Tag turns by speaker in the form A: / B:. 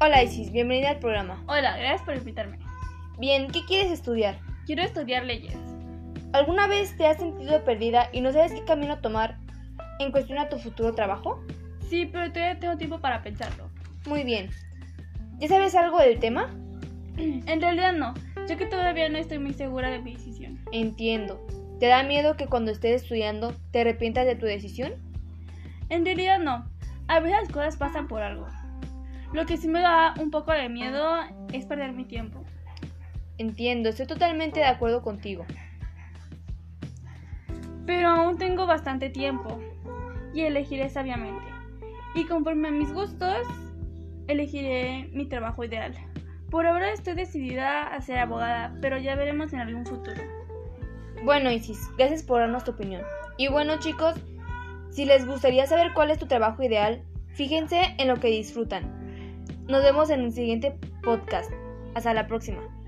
A: Hola Isis, bienvenida al programa.
B: Hola, gracias por invitarme.
A: Bien, ¿qué quieres estudiar?
B: Quiero estudiar leyes.
A: ¿Alguna vez te has sentido perdida y no sabes qué camino tomar en cuestión a tu futuro trabajo?
B: Sí, pero todavía tengo tiempo para pensarlo.
A: Muy bien. ¿Ya sabes algo del tema?
B: En realidad no, ya que todavía no estoy muy segura de mi decisión.
A: Entiendo. ¿Te da miedo que cuando estés estudiando te arrepientas de tu decisión?
B: En realidad no, a veces las cosas pasan por algo. Lo que sí me da un poco de miedo es perder mi tiempo.
A: Entiendo, estoy totalmente de acuerdo contigo.
B: Pero aún tengo bastante tiempo y elegiré sabiamente. Y conforme a mis gustos, elegiré mi trabajo ideal. Por ahora estoy decidida a ser abogada, pero ya veremos en algún futuro.
A: Bueno, Isis, gracias por darnos tu opinión. Y bueno, chicos, si les gustaría saber cuál es tu trabajo ideal, fíjense en lo que disfrutan. Nos vemos en el siguiente podcast. Hasta la próxima.